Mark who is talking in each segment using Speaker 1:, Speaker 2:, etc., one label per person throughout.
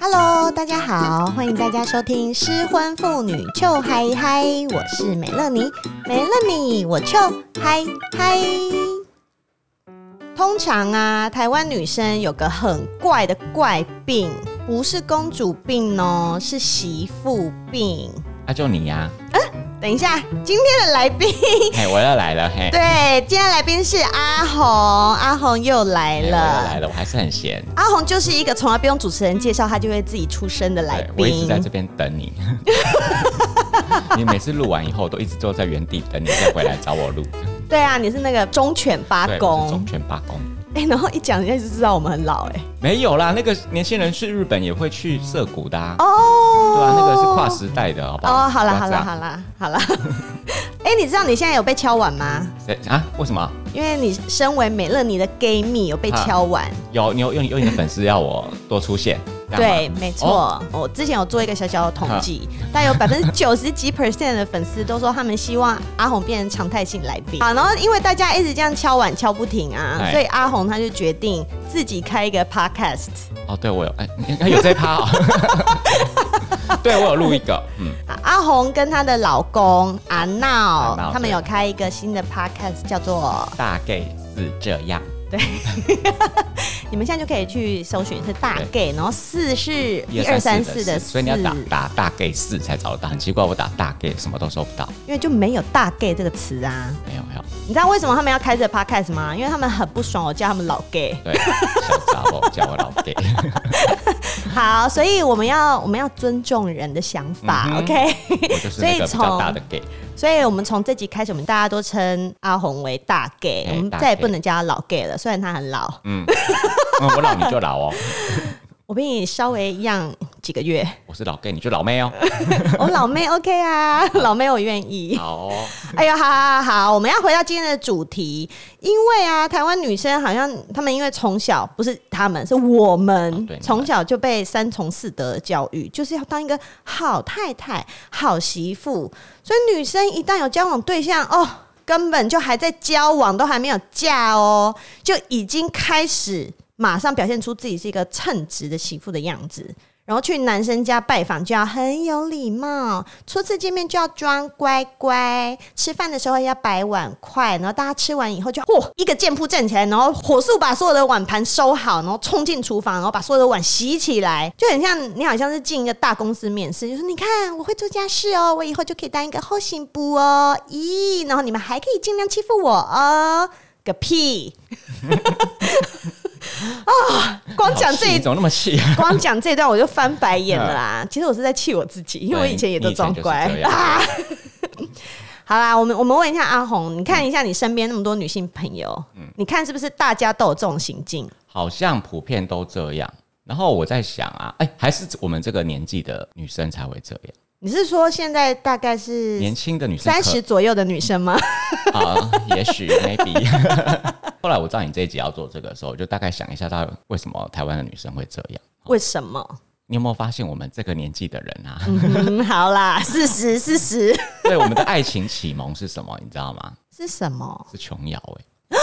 Speaker 1: Hello，大家好，欢迎大家收听《失婚妇女糗嗨嗨》，我是美乐妮，美乐妮，我糗嗨嗨。通常啊，台湾女生有个很怪的怪病，不是公主病哦，是媳妇病。
Speaker 2: 啊，就你呀、
Speaker 1: 等一下，今天的来宾，
Speaker 2: 嘿，我要来了，嘿，
Speaker 1: 对，今天的来宾是阿红，阿红又来
Speaker 2: 嘿我要来
Speaker 1: 了。
Speaker 2: 哎了，我还是很闲，
Speaker 1: 阿红就是一个从来不用主持人介绍，她就会自己出声的来
Speaker 2: 对，我一直
Speaker 1: 宾
Speaker 2: 在。这边等你。 你每次录完以后，我都一直坐在原地等你再回来找我 录。
Speaker 1: 对啊，你是那个忠犬八
Speaker 2: 对，我是
Speaker 1: 公
Speaker 2: 忠，犬八公。
Speaker 1: 哎、然后一讲人家就知道我们很老哎、
Speaker 2: 没有啦，那个年轻人去日本也会去涩谷的、啊，
Speaker 1: 哦
Speaker 2: 对啊，那个是跨时代啊的，好不好？
Speaker 1: 哦，好啦
Speaker 2: 不
Speaker 1: 好
Speaker 2: 要这
Speaker 1: 啦
Speaker 2: 样
Speaker 1: 好啦好啦， 哎、你知道你现在有被敲碗吗？
Speaker 2: 谁啊？为什么？
Speaker 1: 因为你身为美乐妮的 gay 蜜有被敲碗，
Speaker 2: 有你有有有你的粉丝要我多出现，这样吗
Speaker 1: 对，没错、
Speaker 2: 哦
Speaker 1: 我之前有做一个小小的统计，大概有百分之九十几 percent 的粉丝都说他们希望阿红变成常态性来宾。好，然后因为大家一直这样敲碗敲不停啊，
Speaker 2: 哎
Speaker 1: 所以阿红她就决定自己开一个 podcast。
Speaker 2: 哦，对我有，哎、你有这一趴哦。 对我有录一个，嗯，
Speaker 1: 啊阿红跟她的老公阿
Speaker 2: 阿
Speaker 1: 闹，
Speaker 2: 闹
Speaker 1: 他们
Speaker 2: 对
Speaker 1: 有开一个新的 podcast，叫做
Speaker 2: 大概是这样。
Speaker 1: 你们现在就可以去搜寻是大 gay，然后四是一
Speaker 2: 一
Speaker 1: 二
Speaker 2: 二
Speaker 1: 三
Speaker 2: 三
Speaker 1: 四
Speaker 2: 四
Speaker 1: 的
Speaker 2: 的
Speaker 1: 四，
Speaker 2: 四，所以你要打打大 gay 四才找得到。很奇怪，我打大 gay 什么都搜不到，
Speaker 1: 因为就没有大 gay 这个词啊。
Speaker 2: 没有没有，
Speaker 1: 你知道为什么他们要开这个 podcast 吗？因为他们很不爽，我叫他们老 gay。
Speaker 2: 对，小杂我叫我老 gay，
Speaker 1: 好，所以我们要我们要尊重人的想法、
Speaker 2: 嗯哼
Speaker 1: o k
Speaker 2: 我就是那个比较大的 gay，
Speaker 1: 所以我们从这集开始，我们大家都称阿红为大 gay，
Speaker 2: 哎
Speaker 1: 我们
Speaker 2: 大
Speaker 1: 再也
Speaker 2: gay
Speaker 1: 不能叫他老 gay 了，虽然他很老，
Speaker 2: 嗯，嗯我老你就老哦，
Speaker 1: 我比你稍微 young 几个月。
Speaker 2: 我是老 gay 你就老妹哦，
Speaker 1: 我老妹 OK 啊，老妹我愿意。
Speaker 2: 好哦，
Speaker 1: 哎呀，好好好，我们要回到今天的主题，因为啊，台湾女生好像她们因为从小不是她们是我
Speaker 2: 哦
Speaker 1: 们
Speaker 2: 对你们
Speaker 1: 从、小就被三从四德的教育，就是要当一个好太太、好媳妇，所以女生一旦有交往对象哦。根本就还在交往，都还没有嫁哦，就已经开始马上表现出自己是一个称职的媳妇的样子。然后去男生家拜访就要很有礼貌，初次见面就要装乖乖，吃饭的时候要摆碗筷，然后大家吃完以后就嚯一个箭步站起来，然后火速把所有的碗盘收好，然后冲进厨房，然后把所有的碗洗起来，就很像你好像是进一个大公司面试，就说你看我会做家事哦，我以后就可以当一个后勤部哦，咦，然后你们还可以尽量欺负我哦，个屁！啊、光讲这
Speaker 2: 好气
Speaker 1: 一
Speaker 2: 你怎么那么气啊？
Speaker 1: 光讲这段我就翻白眼了啦。其实我是在气我自己，因为我以前也都装乖
Speaker 2: 嗯对你以前就是这样
Speaker 1: 啊。 好啦，我们我们问一下阿红，你看一下你身边那么多女性朋友，
Speaker 2: 嗯
Speaker 1: 你看是不是大家都有这种行径？
Speaker 2: 好像普遍都这样。然后我在想啊，哎、还是我们这个年纪的女生才会这样，
Speaker 1: 你是说现在大概是
Speaker 2: 年轻的女生可
Speaker 1: 三十左右的女生 吗？
Speaker 2: 啊，也 许 maybe。后 来我知道你这一集要做这个的时候，我就大概想一下，到底为什么台湾的女生会这样。
Speaker 1: 为什么？
Speaker 2: 你有没有发现我们这个年纪的人啊，
Speaker 1: 嗯，好啦，事实事实
Speaker 2: 对我们的爱情启蒙是什么？你知道吗？
Speaker 1: 是什么？
Speaker 2: 是琼瑶哎、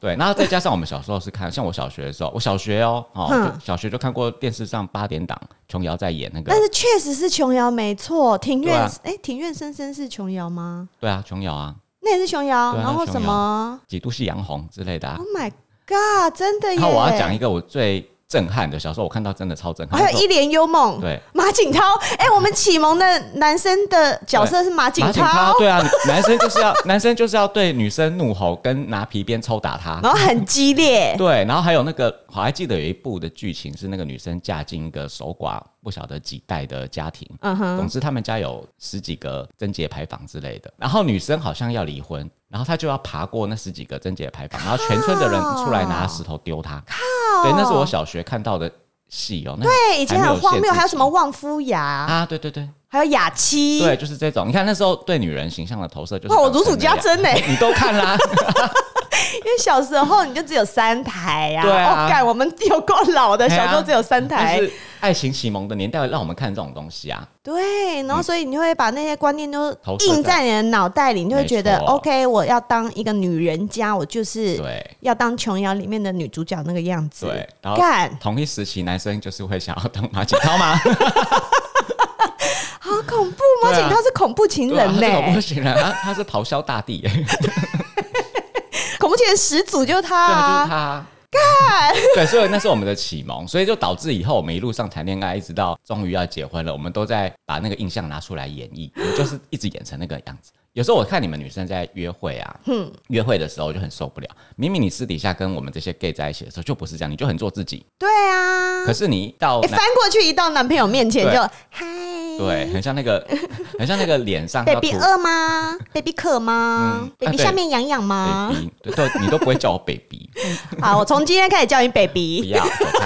Speaker 2: 对，然后再加上我们小时候是看，像我小学的时候，我小学哦，哦，
Speaker 1: 嗯
Speaker 2: 就小学就看过电视上八点档琼瑶在演那个
Speaker 1: 但，是确实是琼瑶没错，庭院
Speaker 2: 对
Speaker 1: 哎、
Speaker 2: 啊
Speaker 1: 诶庭院深深是琼瑶吗？
Speaker 2: 对啊，琼瑶啊，
Speaker 1: 那也是琼瑶，
Speaker 2: 对啊
Speaker 1: 然后
Speaker 2: 那是
Speaker 1: 什
Speaker 2: 琼瑶
Speaker 1: 么
Speaker 2: 几度夕阳红之类的啊
Speaker 1: ？Oh。my god！真的耶！
Speaker 2: 然后我要讲一个我最震撼的，小时候我看到真的超震撼，
Speaker 1: 还
Speaker 2: 那时
Speaker 1: 有
Speaker 2: 候
Speaker 1: 一帘幽梦，
Speaker 2: 对
Speaker 1: 马景涛，哎、我们启蒙的男生的角色是马景
Speaker 2: 马景
Speaker 1: 涛
Speaker 2: 涛，，对啊，男生就是要男生就是要对女生怒吼，跟拿皮鞭抽打 他。
Speaker 1: 然后很激烈，
Speaker 2: 对，然后还有那个，我还记得有一部的剧情是那个女生嫁进一个守寡不晓得几代的家庭，
Speaker 1: 嗯
Speaker 2: 总
Speaker 1: 哼，
Speaker 2: 之他们家有十几个贞节牌坊之类的。然后女生好像要离婚，然后她就要爬过那十几个贞节牌坊，然后全村的人出来拿石头丢她。对，那是我小学看到的戏哦。那
Speaker 1: 哎对，以前很荒谬，还
Speaker 2: 还没有谢自己
Speaker 1: 有什么旺夫牙，
Speaker 2: 啊，对对对
Speaker 1: 还有雅妻，
Speaker 2: 对，就是这种。你看那时候对女人形象的投射就是
Speaker 1: 哇，我哦
Speaker 2: 长
Speaker 1: 如数
Speaker 2: 成那
Speaker 1: 家
Speaker 2: 样，
Speaker 1: 珍哎、
Speaker 2: 你都看 啦。
Speaker 1: 因为小时候你就只有三台呀、
Speaker 2: 对啊
Speaker 1: 哦，干，我们有够老的，
Speaker 2: 对啊
Speaker 1: 小时候只有三
Speaker 2: 但
Speaker 1: 台，
Speaker 2: 是爱情启蒙的年代让我们看这种东西啊。
Speaker 1: 对，然后所以你会把那些观念都
Speaker 2: 投射
Speaker 1: 印
Speaker 2: 在
Speaker 1: 在你的脑袋里，你就会觉得
Speaker 2: 没错
Speaker 1: OK，我要当一个女人家，我就是
Speaker 2: 对
Speaker 1: 要当《琼瑶》里面的女主角那个样子。
Speaker 2: 对，然后
Speaker 1: 干，
Speaker 2: 同一时期男生就是会想要当马景涛嘛，
Speaker 1: 好恐怖！
Speaker 2: 对
Speaker 1: 猫
Speaker 2: 啊
Speaker 1: 警他是恐怖情人呢、
Speaker 2: 对啊他是恐怖情人，他他是咆哮大帝耶，对
Speaker 1: 恐怖情人始祖就是他、
Speaker 2: 啊，
Speaker 1: 啊。
Speaker 2: 就是他。 对，所以那是我们的启蒙，所以就导致以后我们一路上谈恋爱，一直到终于要结婚了，我们都在把那个印象拿出来演绎，我们就是一直演成那个样子。有时候我看你们女生在约会啊，约会的时候我就很受不了。明明你私底下跟我们这些 gay 在一起的时候就不是这样，你就很做自己，
Speaker 1: 对啊，
Speaker 2: 可是你到
Speaker 1: 哎、
Speaker 2: 男
Speaker 1: 翻过去一到男朋友面前
Speaker 2: 对
Speaker 1: 就嗨
Speaker 2: 对，很像那个，很像那个脸上要
Speaker 1: ，baby
Speaker 2: 涂
Speaker 1: 饿吗？baby 渴吗、
Speaker 2: 嗯
Speaker 1: b a
Speaker 2: 啊
Speaker 1: b y
Speaker 2: 对
Speaker 1: 下面痒痒吗？
Speaker 2: baby，对，都你都不会叫我 baby，
Speaker 1: 好，我从今天开始叫你
Speaker 2: 不
Speaker 1: baby，
Speaker 2: 要，走开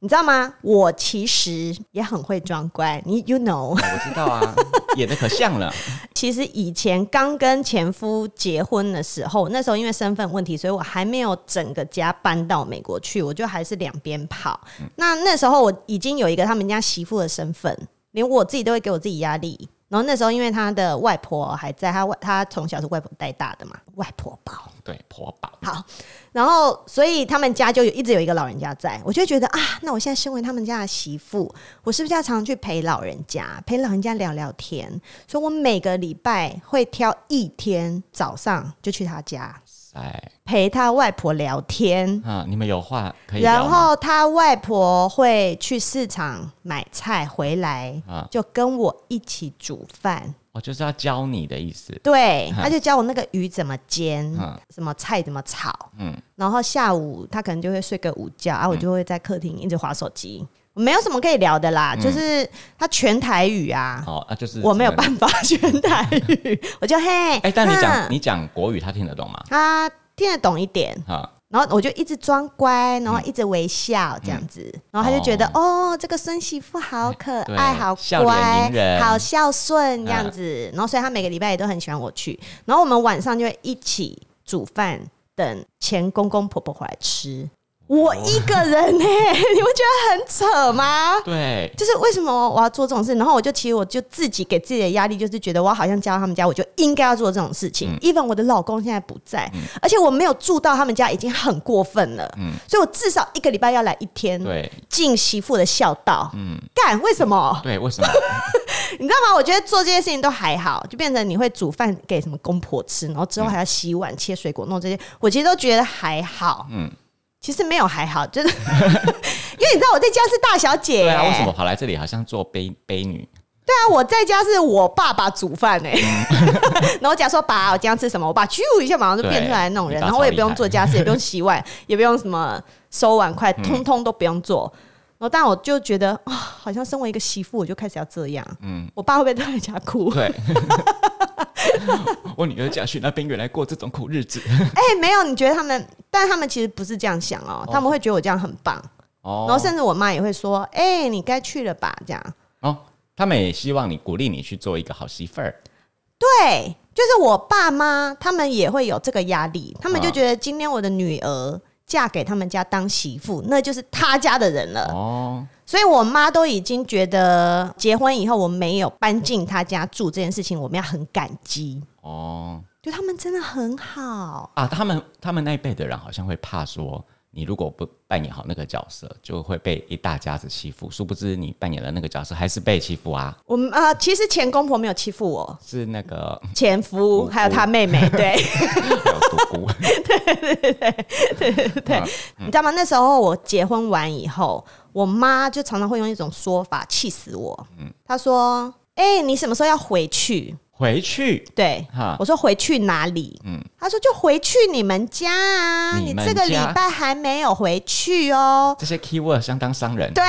Speaker 1: 你知道吗？我其实也很会装乖，你 you know。
Speaker 2: 我知道 啊，演的可像了，
Speaker 1: 其实以前刚跟前夫结婚的时候，那时候因为身份问题，所以我还没有整个家搬到美国去，我就还是两边跑。那那时候我已经有一个他们家媳妇的身份，连我自己都会给我自己压力。然后那时候因为他的外婆还在，他外他从小是外婆带大的嘛，外婆包。
Speaker 2: 对，婆宝，
Speaker 1: 好，然后所以他们家就有一直有一个老人家在，我就会觉得啊，那我现在身为他们家的媳妇，我是不是要常常去陪老人家，陪老人家聊聊天？所以我每个礼拜会挑一天早上就去他家
Speaker 2: 哎，
Speaker 1: 陪他外婆聊天。
Speaker 2: 啊，你们有话可以聊
Speaker 1: 然
Speaker 2: 吗？
Speaker 1: 后他外婆会去市场买菜回来，
Speaker 2: 啊
Speaker 1: 就跟我一起煮饭。
Speaker 2: 我哦就是要教你的意思，
Speaker 1: 对，
Speaker 2: 嗯
Speaker 1: 他就教我那个鱼怎么煎，
Speaker 2: 嗯
Speaker 1: 什么菜怎么炒，
Speaker 2: 嗯，
Speaker 1: 然后下午他可能就会睡个午觉，啊，我就会在客厅一直划手机，没有什么可以聊的啦，就是他全台语啊，
Speaker 2: 好，那嗯哦就是
Speaker 1: 我没有
Speaker 2: 只能，
Speaker 1: 办法全台语， 我就嘿，
Speaker 2: 哎，但你
Speaker 1: 哼
Speaker 2: 讲你讲国语，他听得懂吗？
Speaker 1: 他听得懂一点，
Speaker 2: 啊，
Speaker 1: 然后我就一直装乖，然后一直微笑这样子，然后他就觉得哦这个孙媳妇好可爱，
Speaker 2: 哎对
Speaker 1: 好
Speaker 2: 笑脸迎
Speaker 1: 乖，
Speaker 2: 人
Speaker 1: 好孝顺这样子。然后所以他每个礼拜也都很喜欢我去，然后我们晚上就会一起煮饭，等前公公婆婆回来吃。我一个人呢、 你不觉得很扯吗？
Speaker 2: 对，
Speaker 1: 就是为什么我要做这种事？然后我就其实我就自己给自己的压力，就是觉得我好像嫁到他们家，我就应该要做这种事情。even 我的老公现在不在，而且我没有住到他们家已经很过分了，所以我至少一个礼拜要来一天，
Speaker 2: 对，
Speaker 1: 尽媳妇的孝道。干为什么？
Speaker 2: 对，为 什么？
Speaker 1: 你知道吗？我觉得做这些事情都还好，就变成你会煮饭给什么公婆吃，然后
Speaker 2: 嗯
Speaker 1: 之后还要洗碗、切水果、弄这些，我其实都觉得还好。
Speaker 2: 嗯
Speaker 1: 其实没有还好，就是因为你知道我在家是大小姐、
Speaker 2: 对 啊，为什么跑来这里好像做悲悲女？
Speaker 1: 对啊，我在家是我爸爸煮饭哎、
Speaker 2: 嗯
Speaker 1: 然后假如说爸，我今天要吃什么，我爸咻一下马上就变出来那种人，
Speaker 2: 对
Speaker 1: 然后我也不
Speaker 2: 你
Speaker 1: 用
Speaker 2: 爸超厉害
Speaker 1: 做家事，也不用洗碗，也不用什么收碗
Speaker 2: 嗯
Speaker 1: 筷，通通都不用做。然后但我就觉得啊、好像身为一个媳妇，我就开始要这样。嗯，我爸会不会都在家哭？
Speaker 2: 对， 我女儿嫁去那边，原来过这种苦日子。
Speaker 1: 哎、没有，你觉得他们？但他们其实不是这样想哦，他们会觉得我这样很棒。
Speaker 2: 哦
Speaker 1: 然后甚至我妈也会说：“哎、你该去了吧？”这样。
Speaker 2: 哦，他们也希望你鼓励你去做一个好媳妇儿。
Speaker 1: 对，就是我爸妈他们也会有这个压力，他们就
Speaker 2: 啊
Speaker 1: 觉得今天我的女儿嫁给他们家当媳妇，那就是他家的人了。
Speaker 2: 哦，
Speaker 1: 所以我妈都已经觉得结婚以后我没有搬进他家住这件事情，我们要很感激。
Speaker 2: 哦
Speaker 1: 就他们真的很好，
Speaker 2: 啊，他们他们那一辈的人好像会怕说，你如果不扮演好那个角色，就会被一大家子欺负。殊不知你扮演了那个角色，还是被欺负啊。
Speaker 1: 我们呃，其实前公婆没有欺负我，
Speaker 2: 是那 个
Speaker 1: 前夫
Speaker 2: 夫
Speaker 1: 还有他妹妹，对。
Speaker 2: 还有独孤，
Speaker 1: 你
Speaker 2: 嗯
Speaker 1: 知道吗？那时候我结婚完以后，我妈就常常会用一种说法气死我。
Speaker 2: 嗯
Speaker 1: 她说：“哎、你什么时候要回去
Speaker 2: 回去？”
Speaker 1: 对，
Speaker 2: 哈嗯
Speaker 1: 我说回去哪里？她说就回去你们家啊，
Speaker 2: 你
Speaker 1: 你
Speaker 2: 们
Speaker 1: 这个礼
Speaker 2: 家
Speaker 1: 拜还没有回去哦。
Speaker 2: 这些 keyword 相当伤人。
Speaker 1: 对，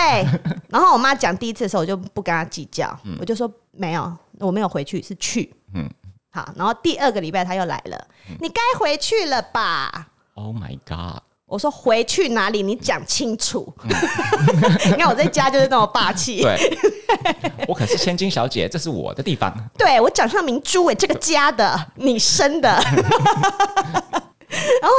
Speaker 1: 然后我妈讲第一次的时候，我就不跟她计较，我就说没有，我没有回去，是去。
Speaker 2: 嗯
Speaker 1: 好，然后第二个礼拜她又来了，你该回去了吧？
Speaker 2: Oh my god！
Speaker 1: 我说回去哪里？你讲清楚。 你看我在家就是那么霸气，
Speaker 2: 对， 我可是千金小姐，这是我的地方。
Speaker 1: 对我掌上明珠哎、这个家的，你生的。然后我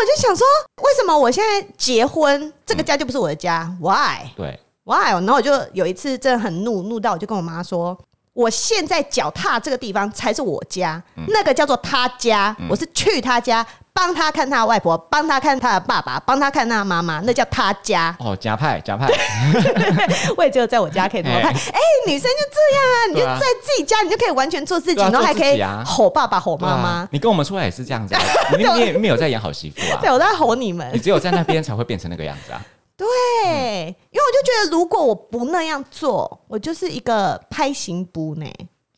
Speaker 1: 就想说，为什么我现在结婚，这个家就不是我的家、w h y
Speaker 2: 对，
Speaker 1: why？然后我就有一次真的很怒，怒到我就跟我妈说，我现在脚踏这个地方才是我家，那个叫做他家，我是去他家。帮他看他的外婆，帮他看他的爸爸，帮他看他的妈妈，那叫他家。
Speaker 2: 哦，夹派夹派，
Speaker 1: 我也只有在我家可以这么看。哎、女生就这样啊，你就
Speaker 2: 对啊
Speaker 1: 在自己家，你就可以完全做自己，
Speaker 2: 对啊
Speaker 1: 然后还可
Speaker 2: 做自
Speaker 1: 以
Speaker 2: 己啊
Speaker 1: 吼爸爸、吼
Speaker 2: 对
Speaker 1: 妈
Speaker 2: 啊
Speaker 1: 妈。
Speaker 2: 你跟我们出来也是这样子啊，你你也没有在演好媳妇啊
Speaker 1: 对，，我在吼你 们
Speaker 2: 你。只有在那边才会变成那个样子啊。
Speaker 1: 对，因为我就觉得，如果我不那样做，我就是一个拍行不呢。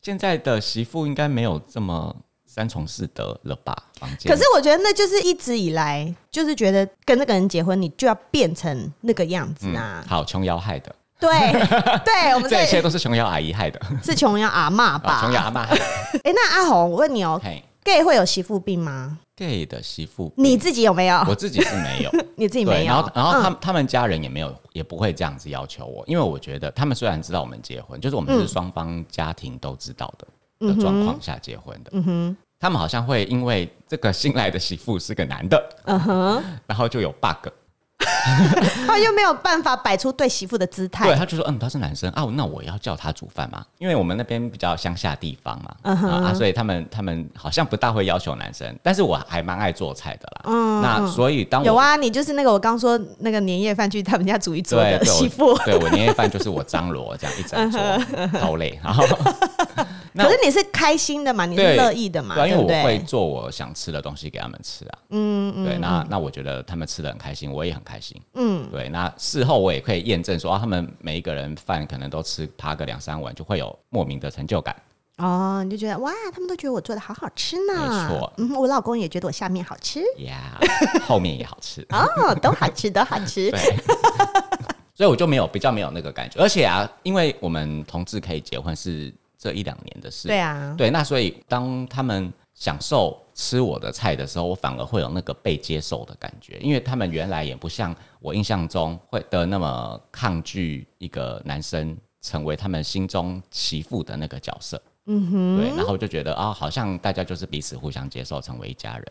Speaker 2: 现在的媳妇应该没有这么三从四德了吧？房间
Speaker 1: 可是我觉得那就是一直以来就是觉得跟那个人结婚，你就要变成那个样子啊。
Speaker 2: 嗯好，琼瑶害的，
Speaker 1: 对 对，我们
Speaker 2: 这一切
Speaker 1: 这
Speaker 2: 都是琼瑶阿姨害的，
Speaker 1: 是琼瑶阿嬷
Speaker 2: 啊
Speaker 1: 吧？
Speaker 2: 琼瑶阿妈 害的。
Speaker 1: 哎、那阿红，我问你哦、
Speaker 2: 嘿
Speaker 1: g a y 会有媳妇病吗？
Speaker 2: ，gay 的媳妇，
Speaker 1: 你自己有没有？
Speaker 2: 我自己是没有，
Speaker 1: 你自己
Speaker 2: 对，
Speaker 1: 没有
Speaker 2: 然后，然后
Speaker 1: 嗯
Speaker 2: 他们、他们家人也没有，也不会这样子要求我，因为我觉得他们虽然知道我们结婚，就是我们是双方家庭都知道的、
Speaker 1: 嗯
Speaker 2: 的状况下结婚的，他们好像会因为这个新来的媳妇是个男的，
Speaker 1: 嗯哼，
Speaker 2: 然后就有 bug，
Speaker 1: 他又没有办法摆出对媳妇的姿态。
Speaker 2: 对，他就说，嗯，他是男生啊，那我要叫他煮饭嘛，因为我们那边比较乡下地方嘛，
Speaker 1: 嗯哼
Speaker 2: 啊，所以他们他们好像不大会要求男生，但是我还蛮爱做菜的啦，
Speaker 1: 嗯
Speaker 2: 那所以当我
Speaker 1: 有啊，你就是那个我刚说那个年夜饭去他们家煮一桌
Speaker 2: 对
Speaker 1: 的
Speaker 2: 对，我
Speaker 1: 媳妇。嗯
Speaker 2: 对我年夜饭就是我张罗这样一整桌，好累，然后 那
Speaker 1: 可是你是开心的嘛？你是
Speaker 2: 对
Speaker 1: 乐意的 嘛？
Speaker 2: 对啊，因为
Speaker 1: 不
Speaker 2: 我会
Speaker 1: 对？
Speaker 2: 做我想吃的东西给他们吃啊。嗯嗯。对，那那我觉得他们吃的很开心，我也很开心。嗯，对。那事后我也可以验证说，啊，他们每一个人饭可能都吃趴个两三碗，就会有莫名的成就感。
Speaker 1: 哦，你就觉得哇，他们都觉得我做的好好吃呢。
Speaker 2: 没错
Speaker 1: 嗯，我老公也觉得我下面好吃。
Speaker 2: 呀、后面也好吃。
Speaker 1: 哦，都好吃，都好吃。
Speaker 2: 对。所以我就没有比较没有那个感觉，而且啊，因为我们同志可以结婚是这一两年的事，
Speaker 1: 对啊，
Speaker 2: 对，那所以当他们享受吃我的菜的时候，我反而会有那个被接受的感觉，因为他们原来也不像我印象中会的那么抗拒一个男生成为他们心中媳妇的那个角色。嗯哼，对，然后就觉得啊、好像大家就是彼此互相接受，成为一家人。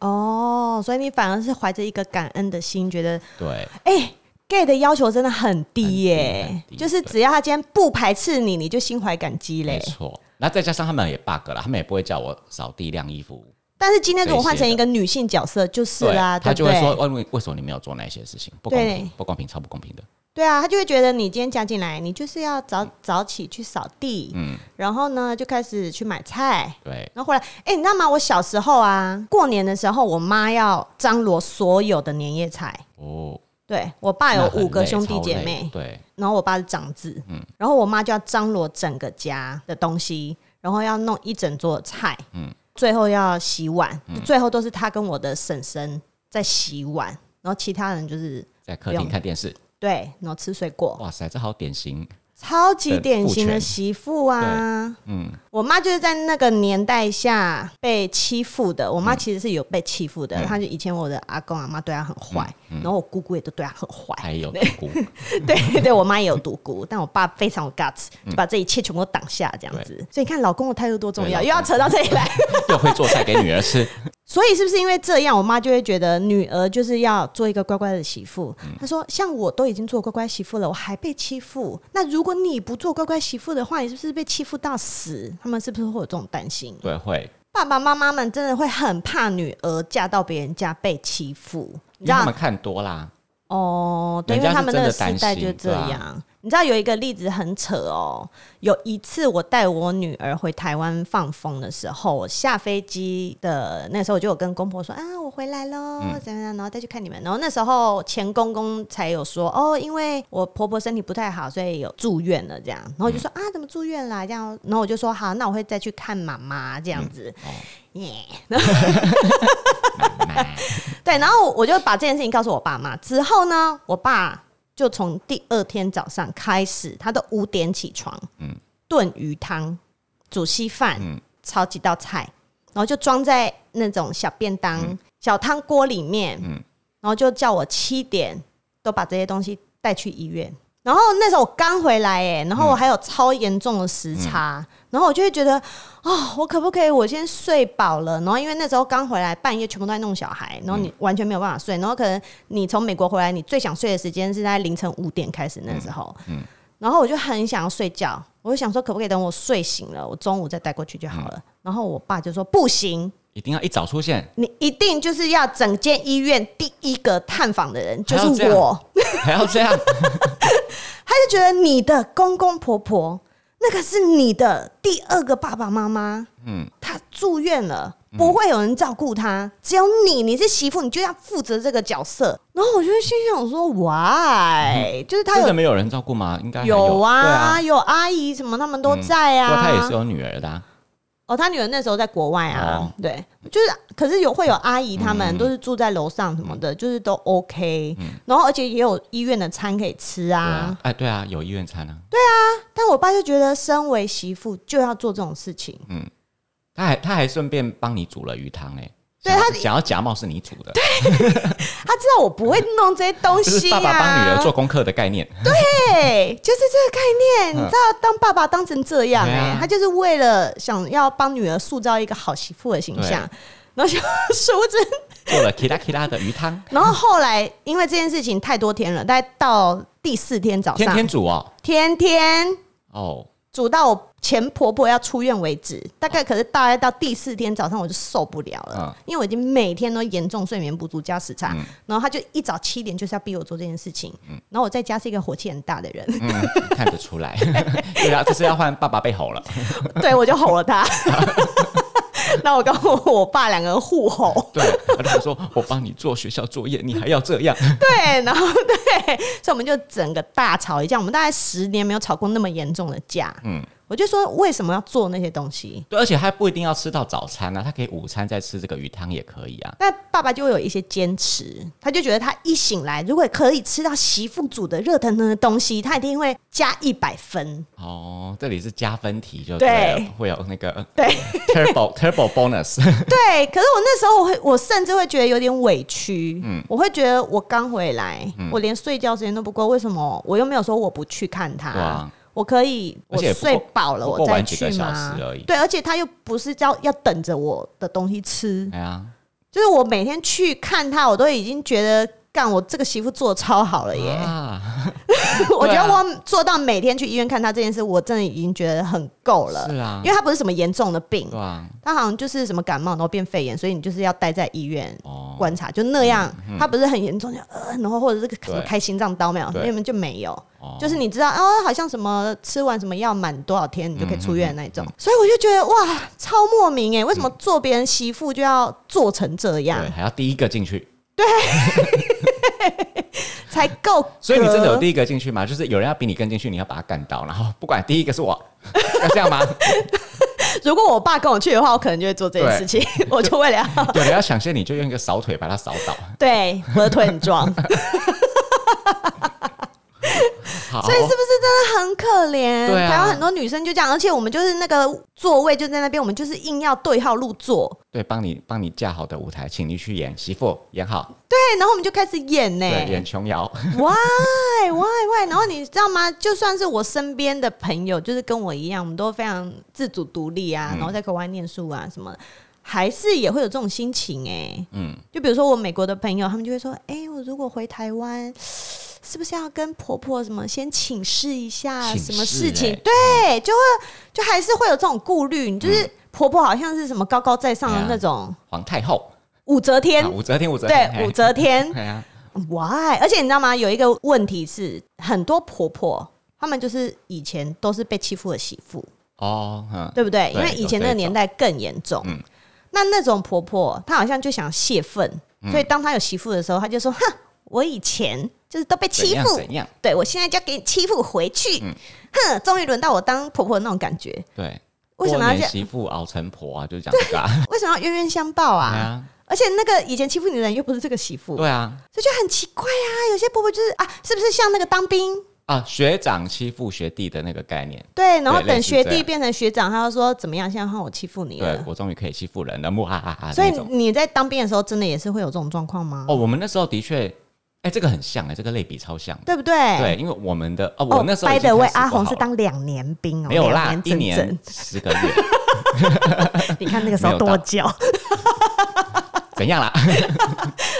Speaker 1: 哦，所以你反而是怀着一个感恩的心，觉得
Speaker 2: 对，
Speaker 1: 哎、gay 的要求真的很低耶、
Speaker 2: 很低
Speaker 1: 就是只要他今天不排斥你，你就心怀感激
Speaker 2: 没
Speaker 1: 嘞。
Speaker 2: 错。那再加上他们也 bug 了，他们也不会叫我扫地、晾衣服，
Speaker 1: 但是今天如果换
Speaker 2: 这
Speaker 1: 成
Speaker 2: 些的
Speaker 1: 一个女性角色，就是啦，
Speaker 2: 他
Speaker 1: 对
Speaker 2: 就
Speaker 1: 不
Speaker 2: 会
Speaker 1: 对？
Speaker 2: 说问为什么你没有做那些事情，不公
Speaker 1: 对
Speaker 2: 平，不公平，超不公平的。
Speaker 1: 对啊，他就会觉得你今天嫁进来，你就是要早
Speaker 2: 嗯
Speaker 1: 早起去扫地，然后呢就开始去买菜，
Speaker 2: 对，
Speaker 1: 然后回来，哎、你知道吗？我小时候啊，过年的时候，我妈要张罗所有的年夜菜。
Speaker 2: 哦，
Speaker 1: 对我爸有
Speaker 2: 那很
Speaker 1: 五个
Speaker 2: 累
Speaker 1: 兄弟
Speaker 2: 超
Speaker 1: 姐
Speaker 2: 累
Speaker 1: 妹，
Speaker 2: 对，
Speaker 1: 然后我爸是长子，
Speaker 2: 嗯
Speaker 1: 然后我妈就要张罗整个家的东西，然后要弄一整桌的菜，
Speaker 2: 嗯
Speaker 1: 最后要洗碗，最后都是她跟我的婶婶在洗碗，然后其他人就是
Speaker 2: 在客
Speaker 1: 不
Speaker 2: 厅
Speaker 1: 用
Speaker 2: 看电视，
Speaker 1: 对，然后吃水果，
Speaker 2: 哇塞，这好典型，
Speaker 1: 超级典型
Speaker 2: 的父
Speaker 1: 的
Speaker 2: 权
Speaker 1: 媳妇啊。
Speaker 2: 嗯，
Speaker 1: 我妈就是在那个年代下被欺负的。我妈
Speaker 2: 嗯
Speaker 1: 其实是有被欺负的，她就以前我的阿公阿妈对她很坏，
Speaker 2: 嗯
Speaker 1: 然后我姑姑也哎都对她很坏。
Speaker 2: 还有独孤，
Speaker 1: 对对，我妈也有独孤，但我爸非常有 guts，就把这一切全部都挡下，这样子。所以你看，老公的态度多重要，
Speaker 2: 对老公
Speaker 1: 又要扯到这里来。
Speaker 2: 又会做菜给女儿吃，
Speaker 1: 所以是不是因为这样，我妈就会觉得女儿就是要做一个乖乖的媳妇？
Speaker 2: 嗯
Speaker 1: 她说：“像我都已经做乖乖媳妇了，我还被欺负。那如果你不做乖乖媳妇的话，你是不是被欺负到死？他们是不是会有这种担心？”
Speaker 2: 对，会，
Speaker 1: 爸爸妈妈们真的会很怕女儿嫁到别人家被欺负，你
Speaker 2: 因
Speaker 1: 知
Speaker 2: 为他
Speaker 1: 道
Speaker 2: 们看多啦，
Speaker 1: 哦，对，因
Speaker 2: 人
Speaker 1: 为
Speaker 2: 家
Speaker 1: 他
Speaker 2: 是
Speaker 1: 们那个
Speaker 2: 真的担
Speaker 1: 时代
Speaker 2: 心
Speaker 1: 就这
Speaker 2: 对啊
Speaker 1: 样。你知道有一个例子很扯哦，有一次我带我女儿回台湾放风的时候，我下飞机的那时候我就有跟公婆说啊，我回来喽，
Speaker 2: 嗯
Speaker 1: 怎么样，然后再去看你们。然后那时候前公公才有说哦，因为我婆婆身体不太好，所以有住院了这样。然后
Speaker 2: 嗯
Speaker 1: 我就说、啊，怎么住院啦？这样，然后我就说好，那我会再去看妈妈这
Speaker 2: 嗯
Speaker 1: 样子。
Speaker 2: 哦
Speaker 1: 耶、
Speaker 2: 奶奶
Speaker 1: 对，然后我就把这件事情告诉我爸妈之后呢，我爸就从第二天早上开始，他都五点起床，嗯，炖鱼汤、煮稀饭，
Speaker 2: 嗯
Speaker 1: 炒几道菜，然后就装在那种小便当、小汤锅里面，
Speaker 2: 嗯
Speaker 1: 然后就叫我七点都把这些东西带去医院。然然后那时候我刚回来哎、然
Speaker 2: 嗯
Speaker 1: 后我还有超严重的时差，然后我就会觉得，哦，我可不可以我先睡饱了？然后因为那时候刚回来，半夜全部都在弄小孩，然后
Speaker 2: 嗯
Speaker 1: 你完全没有办法睡，然后可能你从美国回来，你最想睡的时间是在凌晨五点开始那时候，
Speaker 2: 嗯嗯
Speaker 1: 然后我就很想要睡觉，我就想说可不可以等我睡醒了，我中午再带过去就好
Speaker 2: 嗯
Speaker 1: 了。然后我爸就说不行，
Speaker 2: 一定要一早出现，
Speaker 1: 你一定就是要整间医院第一个探访的人就
Speaker 2: 还要这
Speaker 1: 是
Speaker 2: 样
Speaker 1: 我。
Speaker 2: 还 要这样，
Speaker 1: 他就觉得你的公公婆婆那个是你的第二个爸爸妈妈，
Speaker 2: 嗯，
Speaker 1: 他住院了，不会有人照顾他，只有你，你是媳妇，你就要负责这个角色。然后我就心想说，why？、就是他
Speaker 2: 嗯真的
Speaker 1: 有
Speaker 2: 没有人照顾吗？应该还
Speaker 1: 有啊
Speaker 2: 对啊，嗯
Speaker 1: 有阿姨什么，他们都在
Speaker 2: 不过
Speaker 1: 啊。
Speaker 2: 他也是有女儿的啊，
Speaker 1: 哦，他女儿那时候在国外啊，
Speaker 2: 哦
Speaker 1: 对，就是可是有会有阿姨，他们
Speaker 2: 嗯
Speaker 1: 都是住在楼上什么的，就是都 OK、然后而且也有医院的餐可以吃
Speaker 2: 对
Speaker 1: 啊
Speaker 2: 啊，哎，对啊，有医院餐啊，
Speaker 1: 但我爸就觉得，身为媳妇就要做这种事情，
Speaker 2: 他还他还顺便帮你煮了鱼汤哎，
Speaker 1: 对
Speaker 2: 想
Speaker 1: 他
Speaker 2: 要想要假冒是你煮的，
Speaker 1: 他知道我不会弄这些 东
Speaker 2: 这是
Speaker 1: 西、啊，
Speaker 2: 爸爸帮女儿做功课的概念，
Speaker 1: 对，就是这个概念。你知道，当爸爸当成这样、
Speaker 2: 嗯对
Speaker 1: 哎、
Speaker 2: 啊
Speaker 1: 他就是为了想要帮女儿塑造一个好媳妇的形象，然后就 殊不知，
Speaker 2: 做了 kila kila 的鱼汤，
Speaker 1: 然后后来因为这件事情太多天了，大概到第四天早
Speaker 2: 天
Speaker 1: 上，
Speaker 2: 天煮哦，
Speaker 1: 天天
Speaker 2: 哦，
Speaker 1: 煮到我前婆婆要出院为止，大概可是大概到第四天早上我就受不了了，因为我已经每天都严重睡眠不足加时差，然后他就一早七点就是要逼我做这件事情，然后我在家是一个火气很大的人，
Speaker 2: 嗯，看得出来， 对啊，这是要换爸爸被吼了，
Speaker 1: 对我就吼了他。 那我跟我我爸两个人互 吼，
Speaker 2: 对，然后说我帮你做学校作业，你还要这样，
Speaker 1: 对，然后对，所以我们就整个大吵一架。我们大概十年没有吵过那么严重的架。嗯
Speaker 2: 嗯，
Speaker 1: 我就说为什么要做那些东西？
Speaker 2: 对，而且他不一定要吃到早餐啊，他可以午餐再吃这个鱼汤也可以啊。
Speaker 1: 那爸爸就会有一些坚持，他就觉得他一醒来，如果可以吃到媳妇煮的热腾腾的东西，他一定会加一百分。
Speaker 2: 哦，这里是加分题就
Speaker 1: 对
Speaker 2: 对了，会有那个
Speaker 1: 对
Speaker 2: turbo turbo bonus，
Speaker 1: 对，可是我那时候我会，我甚至会觉得有点委屈。
Speaker 2: 嗯
Speaker 1: 我会觉得我刚回来，我连睡觉时间都不够，为什么我又没有说我不去看他？
Speaker 2: 对啊
Speaker 1: 我可以，我
Speaker 2: 而且也不过
Speaker 1: 睡饱了
Speaker 2: 不
Speaker 1: 我
Speaker 2: 过
Speaker 1: 再
Speaker 2: 玩几
Speaker 1: 去
Speaker 2: 个小
Speaker 1: 吗
Speaker 2: 时而已？
Speaker 1: 对，而且他又不是要要等着我的东西吃，
Speaker 2: 哎呀，
Speaker 1: 就是我每天去看他，我都已经觉得干我这个媳妇做得超好了耶！
Speaker 2: 啊，
Speaker 1: 我觉
Speaker 2: 对
Speaker 1: 得
Speaker 2: 啊
Speaker 1: 我做到每天去医院看他这件事，我真的已经觉得很够了。
Speaker 2: 是啊
Speaker 1: 因为他不是什么严重的病
Speaker 2: 对，啊，
Speaker 1: 他好像就是什么感冒，然后变肺炎，所以你就是要待在医院
Speaker 2: 哦嗯
Speaker 1: 观察，就那样。他不是很严重，就呃，然后或者是什么
Speaker 2: 对
Speaker 1: 开心脏刀没有，
Speaker 2: 对
Speaker 1: 那们就没有。
Speaker 2: 哦
Speaker 1: 就是你知道哦，好像什么吃完什么药满多少天你就可以出院那一
Speaker 2: 嗯
Speaker 1: 种，所以我就觉得哇，超莫名哎、为什么做别人媳妇就要做成这样
Speaker 2: 对，还要第一个进去，
Speaker 1: 才够格？
Speaker 2: 所以你真的有第一个进去吗？就是有人要比你更进去，你要把他干倒，然后不管第一个 是我，要这样吗？
Speaker 1: 如果我爸跟我去的话，我可能就会做这件
Speaker 2: 对
Speaker 1: 事情， 我就为了要
Speaker 2: 有人要抢先你，就用一个扫腿把他扫倒。
Speaker 1: 对我的腿很 壮，
Speaker 2: 好，
Speaker 1: 所以是不是真的很可怜？
Speaker 2: 对啊
Speaker 1: 台湾很多女生就这样，而且我们就是那个座位就在那边，我们就是硬要对号入座，
Speaker 2: 对，帮你帮你架好的舞台，请你去演媳妇，演好，
Speaker 1: 对，然后我们就开始演呢、
Speaker 2: 对， 演琼瑶，
Speaker 1: Why why why？然后你知道吗？就算是我身边的朋友，就是跟我一样，我们都非常自主独立啊，然后在国外念书啊什么的。还是也会有这种心情哎、嗯
Speaker 2: 嗯，
Speaker 1: 就比如说我美国的朋友，他们就会说，哎、我如果回台湾，是不是要跟婆婆什么先请示一下
Speaker 2: 请
Speaker 1: 什
Speaker 2: 示
Speaker 1: 么事情？
Speaker 2: 欸
Speaker 1: 对，就会就还是会有这种顾虑，你就是婆婆好像是什么高高在上的
Speaker 2: 嗯对啊
Speaker 1: 那种
Speaker 2: 皇太后，
Speaker 1: 武则天，
Speaker 2: 啊武则天，武则天，
Speaker 1: 对，武
Speaker 2: 嘿
Speaker 1: 则天，
Speaker 2: 哎呀，
Speaker 1: Why？而且你知道吗？有一个问题是，很多婆婆她们就是以前都是被欺负的媳妇，
Speaker 2: 哦，嗯，
Speaker 1: 对不对？因
Speaker 2: 对
Speaker 1: 为以前那个年代更严重。
Speaker 2: 嗯
Speaker 1: 那那种婆婆，她好像就想泄愤，
Speaker 2: 嗯
Speaker 1: 所以当她有媳妇的时候，她就说：“哼，我以前就是都被
Speaker 2: 怎
Speaker 1: 欺
Speaker 2: 样嗯
Speaker 1: 负，
Speaker 2: 怎样，
Speaker 1: 对我现在就要给你欺负回去。哼，终于轮到我当婆婆那种感觉，
Speaker 2: 对。
Speaker 1: 为什么要
Speaker 2: 多
Speaker 1: 这
Speaker 2: 年
Speaker 1: 样
Speaker 2: 媳妇熬成婆啊？就是讲这个啊，
Speaker 1: 为什么要冤冤相报啊？
Speaker 2: 对啊
Speaker 1: 而且那个以前欺负你的人又不是这个媳妇，
Speaker 2: 对啊，
Speaker 1: 所以就很奇怪啊。有些婆婆就是啊，是不是像那个当兵
Speaker 2: 啊，学长欺负学弟的那个概念，
Speaker 1: 对，然后
Speaker 2: 对
Speaker 1: 等
Speaker 2: 类似
Speaker 1: 学
Speaker 2: 这
Speaker 1: 弟
Speaker 2: 样
Speaker 1: 变成学长，他就说怎么样？现在换我欺负你
Speaker 2: 对
Speaker 1: 了。
Speaker 2: 我终于可以欺负人了，木哈哈哈
Speaker 1: 所以
Speaker 2: 那种。
Speaker 1: 你在当兵的时候，真的也是会有这种状况吗？
Speaker 2: 哦，我们那时候的确哎、这个很像哎、这个类比超像的。
Speaker 1: 对不对？
Speaker 2: 对，因为我们的哦，
Speaker 1: 哦
Speaker 2: 我那时候已
Speaker 1: ，by
Speaker 2: 经
Speaker 1: the way，
Speaker 2: 开始不
Speaker 1: 阿红
Speaker 2: 好
Speaker 1: 是
Speaker 2: 了
Speaker 1: 当两年兵哦，
Speaker 2: 没有啦
Speaker 1: 两，
Speaker 2: 一
Speaker 1: 整
Speaker 2: 年
Speaker 1: 整
Speaker 2: 十个 月，
Speaker 1: 你看那个时候
Speaker 2: 没有到
Speaker 1: 多久？
Speaker 2: 怎样啦？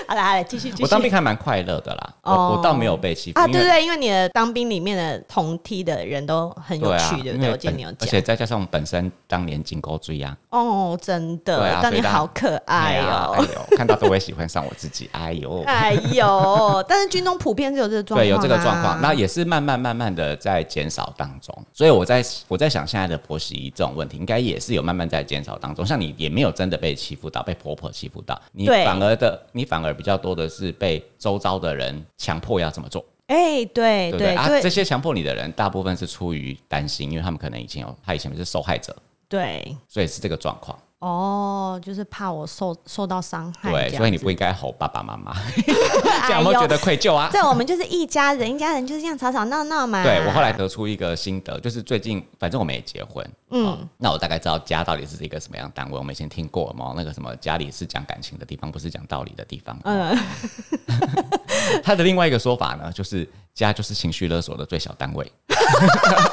Speaker 1: 好了，好了，继续继续。
Speaker 2: 我当兵还蛮快乐的啦，
Speaker 1: 哦
Speaker 2: 我我倒没有被欺负
Speaker 1: 啊，
Speaker 2: 因
Speaker 1: 对
Speaker 2: 为
Speaker 1: 对对，因为你的当兵里面的同梯的人都很有
Speaker 2: 对啊，
Speaker 1: 趣，对不
Speaker 2: 因
Speaker 1: 对？
Speaker 2: 为
Speaker 1: 我记得
Speaker 2: 本
Speaker 1: 你有
Speaker 2: 而
Speaker 1: 讲
Speaker 2: 且再加上我本身当年金钩追啊，
Speaker 1: 哦，真的，
Speaker 2: 对啊
Speaker 1: 当
Speaker 2: 所以
Speaker 1: 年
Speaker 2: 当
Speaker 1: 好可爱
Speaker 2: 呀，
Speaker 1: 哦
Speaker 2: 哎。呦，看到都会喜欢上我自己，哎 呦，
Speaker 1: 哎呦，但是军中普遍是有这个状况、啊，
Speaker 2: 对，有这个状况，那也是慢慢慢慢的在减少当中，所以我在我在想现在的婆媳这种问题，应该也是有慢慢在减少当中。像你也没有真的被欺负到，被婆婆欺负到，你
Speaker 1: 对
Speaker 2: 反而的，你反而比较多的是被周遭的人强迫要这么做，
Speaker 1: 哎、对
Speaker 2: 对不
Speaker 1: 对
Speaker 2: 对啊？
Speaker 1: 对
Speaker 2: 这些强迫你的人，大部分是出于担心，因为他们可能以前有他以前是受害者，
Speaker 1: 对，
Speaker 2: 所以是这个状况。
Speaker 1: 哦，就是怕我受受到伤害，
Speaker 2: 对，
Speaker 1: 哎这样
Speaker 2: 所以你
Speaker 1: 子
Speaker 2: 不应该吼爸爸妈妈， 这
Speaker 1: 哎
Speaker 2: 样有没有觉
Speaker 1: 呦，
Speaker 2: 得愧 疚啊？
Speaker 1: 这我们就是一家人，一家人就是这样吵吵闹闹嘛。
Speaker 2: 对我后来得出一个心得，就是最近反正我们也结婚，嗯、那我大概知道家到底是一个什么样的单位。我们以前听过嘛，那个什么家里是讲感情的地方，不是讲道理的地方。嗯，
Speaker 1: 嗯
Speaker 2: 他的另外一个说法呢，就是家就是情绪勒索的最小单位。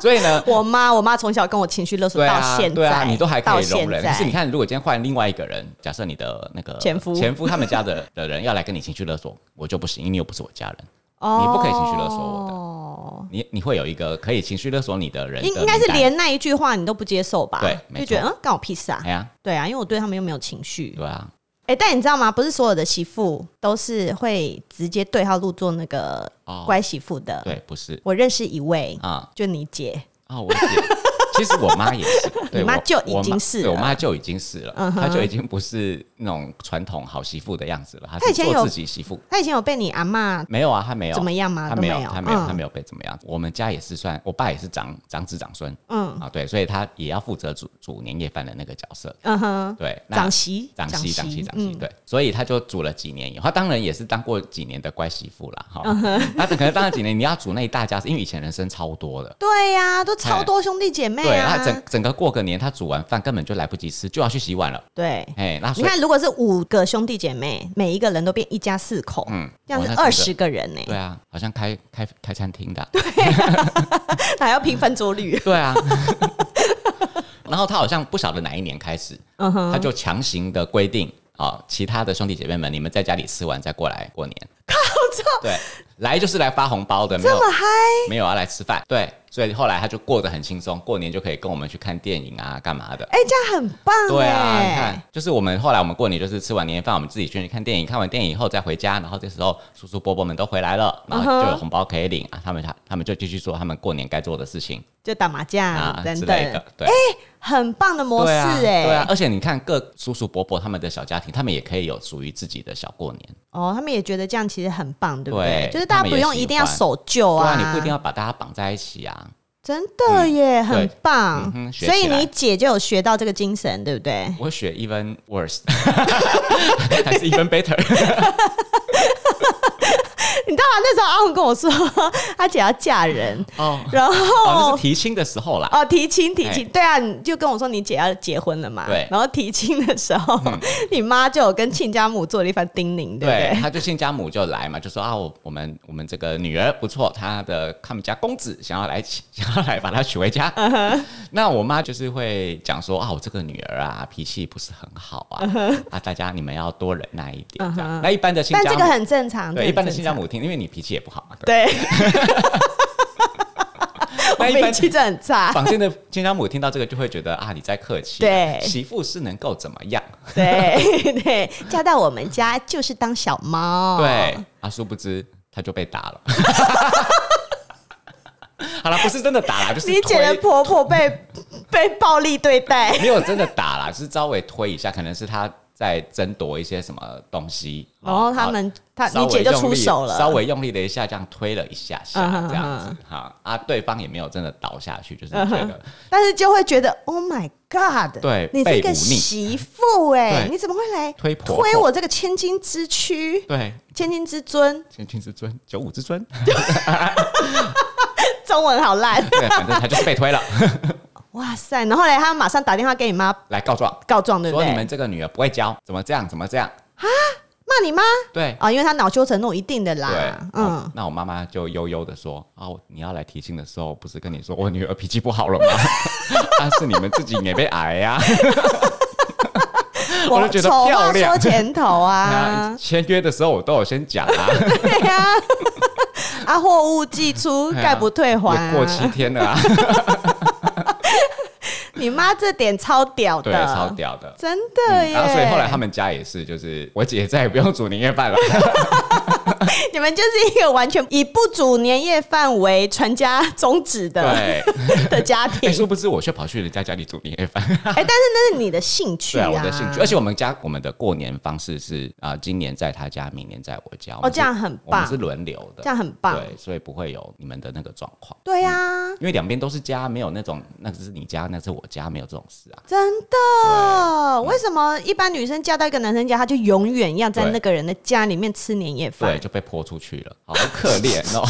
Speaker 2: 所以呢，
Speaker 1: 我妈，我妈从小跟我情绪勒索
Speaker 2: 对
Speaker 1: 到
Speaker 2: 啊
Speaker 1: 现在，，
Speaker 2: 对啊，你都还可
Speaker 1: 到
Speaker 2: 以容
Speaker 1: 现
Speaker 2: 忍。可
Speaker 1: 在
Speaker 2: 是你看，如果今天换另外一个人，假设你的那个
Speaker 1: 前夫
Speaker 2: 前夫他们家的的人要来跟你情绪勒索，我就不行，因为你又不是我家人，
Speaker 1: 哦
Speaker 2: 你不可以情绪勒索我的
Speaker 1: 的。
Speaker 2: 你你会有一个可以情绪勒索你的人的
Speaker 1: 哦应应该是
Speaker 2: 名单
Speaker 1: 连那一句话你都不接受吧？
Speaker 2: 对
Speaker 1: 就
Speaker 2: 没
Speaker 1: 觉得
Speaker 2: 错
Speaker 1: 嗯，干我屁事啊
Speaker 2: 哎！呀，
Speaker 1: 对啊，因为我对他们又没有情绪。
Speaker 2: 对啊，
Speaker 1: 哎、但你知道吗？不是所有的媳妇都是会直接对号入座那个
Speaker 2: 哦
Speaker 1: 乖媳妇的。
Speaker 2: 对，不是
Speaker 1: 我认识一位，
Speaker 2: 啊
Speaker 1: 就你姐，
Speaker 2: 啊，我姐， 其实我妈也 是，对
Speaker 1: 你妈
Speaker 2: 我
Speaker 1: 就已
Speaker 2: 我
Speaker 1: 经
Speaker 2: 妈
Speaker 1: 是
Speaker 2: 对我
Speaker 1: 了
Speaker 2: 妈就已经是了，
Speaker 1: 嗯哼
Speaker 2: 她就已经不是那种传统好媳妇的样子了，她
Speaker 1: 她以
Speaker 2: 是
Speaker 1: 前
Speaker 2: 做
Speaker 1: 有
Speaker 2: 自己媳妇。
Speaker 1: 她以前有被你阿妈
Speaker 2: 没有啊，她没有
Speaker 1: 怎么样吗？
Speaker 2: 他
Speaker 1: 都
Speaker 2: 没
Speaker 1: 有，
Speaker 2: 有，他没有，
Speaker 1: 嗯
Speaker 2: 他没有被怎么样。我们家也是算，我爸也是长长子长孙，
Speaker 1: 嗯
Speaker 2: 啊，对，所以他也要负责煮煮年夜饭的那个角色。
Speaker 1: 嗯哼，
Speaker 2: 对，那
Speaker 1: 长媳，
Speaker 2: 长媳长媳长媳，
Speaker 1: 嗯
Speaker 2: 对，所以他就煮了几年以后，他当然也是当过几年的乖媳妇 啦，哈。
Speaker 1: 嗯
Speaker 2: 那可能当了几年，你要煮那一大家子，因为以前人生超多的。
Speaker 1: 对呀、都超多兄弟姐妹
Speaker 2: 对，
Speaker 1: 啊
Speaker 2: 那，整整个过个年，他煮完饭根本就来不及吃，就要去 洗碗了。
Speaker 1: 对。
Speaker 2: 哎，那
Speaker 1: 你
Speaker 2: 所以
Speaker 1: 看，如果是五个兄弟姐妹，每一个人都变一家四口，
Speaker 2: 嗯
Speaker 1: 这样
Speaker 2: 哇
Speaker 1: 是
Speaker 2: 那真的
Speaker 1: 二十个人呢、
Speaker 2: 对啊，好像开开开餐 厅的啊，
Speaker 1: 还要平分桌率。
Speaker 2: 对啊。然后他好像不晓得哪一年开始，
Speaker 1: 嗯哼，
Speaker 2: 他就强行的规定啊、其他的兄弟姐妹们，你们在家里吃完再过来过年。靠，这对来就是来发红包的， 没有
Speaker 1: 这么嗨，
Speaker 2: 没有要啊来吃饭。对，所以后来他就过得很轻松，过年就可以跟我们去看电影啊，干嘛的。
Speaker 1: 哎、这样很棒哎、
Speaker 2: 对啊，你看，就是我们后来我们过年就是吃完年夜饭，我们自己去看电影，看完电影以后再回家，然后这时候叔叔伯伯们都回来了，然
Speaker 1: 嗯
Speaker 2: 后
Speaker 1: 哼
Speaker 2: 就有红包可以领啊，他们他他们就继续做他们过年该做的事情
Speaker 1: 就打麻将、
Speaker 2: 啊
Speaker 1: 等
Speaker 2: 之
Speaker 1: 等
Speaker 2: 类，的，对。
Speaker 1: 很棒的哎模式
Speaker 2: 对啊，
Speaker 1: 哎、
Speaker 2: 对啊，而且你看各叔叔伯伯他们的小家庭，他们也可以有属于自己的小过年。
Speaker 1: 哦，他们也觉得这样其实很棒，对不对？
Speaker 2: 对
Speaker 1: 就是大家不用一定要守旧
Speaker 2: 对
Speaker 1: 啊，
Speaker 2: 啊，你不一定要把大家绑在一起啊。
Speaker 1: 真的耶，很棒
Speaker 2: 嗯、哼学起
Speaker 1: 所
Speaker 2: 来
Speaker 1: 以你姐就有学到这个精神，对不对？
Speaker 2: 我学 even worse，还是 even better？
Speaker 1: 你知道吗？那时候阿红跟我 说，她姐要嫁 人，
Speaker 2: 哦，
Speaker 1: 然
Speaker 2: 哦，
Speaker 1: 后
Speaker 2: 那是提亲的时候啦。
Speaker 1: 哦，提亲提亲，
Speaker 2: 哎
Speaker 1: 对啊，你就跟我说你姐要结婚了嘛。
Speaker 2: 对嗯
Speaker 1: 然后提亲的时候， 你妈就有跟亲家母做了一番叮咛，对不对？
Speaker 2: 对，他就亲家母就来嘛，就说啊，我我们我们这个女儿不错，她的他们家公子想要来娶想要来把她娶 回家。
Speaker 1: 嗯
Speaker 2: 那我妈就是会讲说啊，我这个女儿啊脾气不是很好
Speaker 1: 嗯
Speaker 2: 啊，啊大家你们要多忍耐一点这样。那一般的亲
Speaker 1: 但
Speaker 2: 家
Speaker 1: 这
Speaker 2: 母
Speaker 1: 个很正常，
Speaker 2: 对
Speaker 1: 这
Speaker 2: 一
Speaker 1: 个
Speaker 2: 般
Speaker 1: 很
Speaker 2: 的
Speaker 1: 正
Speaker 2: 亲家
Speaker 1: 常
Speaker 2: 母听，因为你脾气也不好嘛，对
Speaker 1: 对，
Speaker 2: 那
Speaker 1: 我
Speaker 2: 一般
Speaker 1: 脾气真的很差，
Speaker 2: 坊间的亲家母听到这个就会觉得啊，你在客气啊、
Speaker 1: 对
Speaker 2: 媳妇是能够怎么样？
Speaker 1: 对对，嫁到我们家就是当小猫。
Speaker 2: 对，啊，殊不知她就被打了。 好了，不是真的打啦，就是
Speaker 1: 你姐的
Speaker 2: 推
Speaker 1: 婆婆被 被暴力对待，
Speaker 2: 没有真的打啦，就是稍微推一下，可能是她在争夺一些什么东西，
Speaker 1: 然后哦他
Speaker 2: 啊
Speaker 1: 们她
Speaker 2: 稍
Speaker 1: 你
Speaker 2: 微
Speaker 1: 姐就
Speaker 2: 用
Speaker 1: 出
Speaker 2: 力
Speaker 1: 手了，
Speaker 2: 稍微用力的一下，这样推了一下
Speaker 1: 嗯
Speaker 2: 下
Speaker 1: 哼，
Speaker 2: 这样子哈啊，对方也没有真的倒下去，就是觉
Speaker 1: 嗯
Speaker 2: 得
Speaker 1: 但是就会觉得 Oh my God，
Speaker 2: 对
Speaker 1: 你是
Speaker 2: 被
Speaker 1: 一个
Speaker 2: 忤逆
Speaker 1: 媳妇哎、
Speaker 2: 对
Speaker 1: 你怎么会来
Speaker 2: 推婆
Speaker 1: 推
Speaker 2: 婆
Speaker 1: 我这个千金之躯、
Speaker 2: 对
Speaker 1: 千金之尊？
Speaker 2: 千金之尊，九五之尊，
Speaker 1: 中文好 烂，
Speaker 2: 对，反正她就是被推了，
Speaker 1: 哇塞！然后嘞，她马上打电话给你妈
Speaker 2: 来告状。
Speaker 1: 告状，对不
Speaker 2: 说
Speaker 1: 对？
Speaker 2: 你们这个女儿不会教，怎么这样，怎么这样？
Speaker 1: 妈骂你妈
Speaker 2: 对
Speaker 1: 啊、因为他恼羞成怒一定的
Speaker 2: 对
Speaker 1: 啦，，嗯
Speaker 2: 嗯，，那我妈妈就悠悠的说：“啊，我你要来提亲的时候，不是跟你说我女儿脾气不好了吗？ 啊，是你们自己也被啊挨呀、我就觉得
Speaker 1: 丑
Speaker 2: 漂
Speaker 1: 话
Speaker 2: 亮
Speaker 1: 说前头
Speaker 2: 啊
Speaker 1: 啊，，
Speaker 2: 签约的时候我都有先讲啊，
Speaker 1: 对 呀、啊，啊，货物寄出
Speaker 2: 哎呀
Speaker 1: 概不退还、
Speaker 2: 也
Speaker 1: 啊，
Speaker 2: 过七天了啊，
Speaker 1: 你妈这点超屌的，
Speaker 2: 对，超，屌的。
Speaker 1: 真的耶！
Speaker 2: 然后所以后来他们家也是，就是我姐再也不用煮年夜饭了，
Speaker 1: 你们就是一个完全以不煮年夜饭为传家宗旨的
Speaker 2: 对。
Speaker 1: 的家
Speaker 2: 哎、
Speaker 1: 庭。
Speaker 2: 殊不知我却跑去人家家里煮年夜饭，
Speaker 1: 哎、但是那 是你的兴趣
Speaker 2: 对啊，我的兴趣。而且我们家我们的过年方式是啊、呃今年在他家，明年在我家。我
Speaker 1: 哦，
Speaker 2: 们是
Speaker 1: 这样很
Speaker 2: 我们
Speaker 1: 棒
Speaker 2: 是，轮流的
Speaker 1: 这，样很棒，
Speaker 2: 对，所以不会有你们的那个状况，
Speaker 1: 对呀、
Speaker 2: 因为两边都是家，没有那种那个是你家，那是我家，没有这种事啊。
Speaker 1: 真的。
Speaker 2: 嗯
Speaker 1: 为什么一般女生嫁到一个男生家，她就永远要在
Speaker 2: 对
Speaker 1: 那个人的家里面吃年夜
Speaker 2: 对，
Speaker 1: 饭？
Speaker 2: 就被泼出去了，好可怜哦。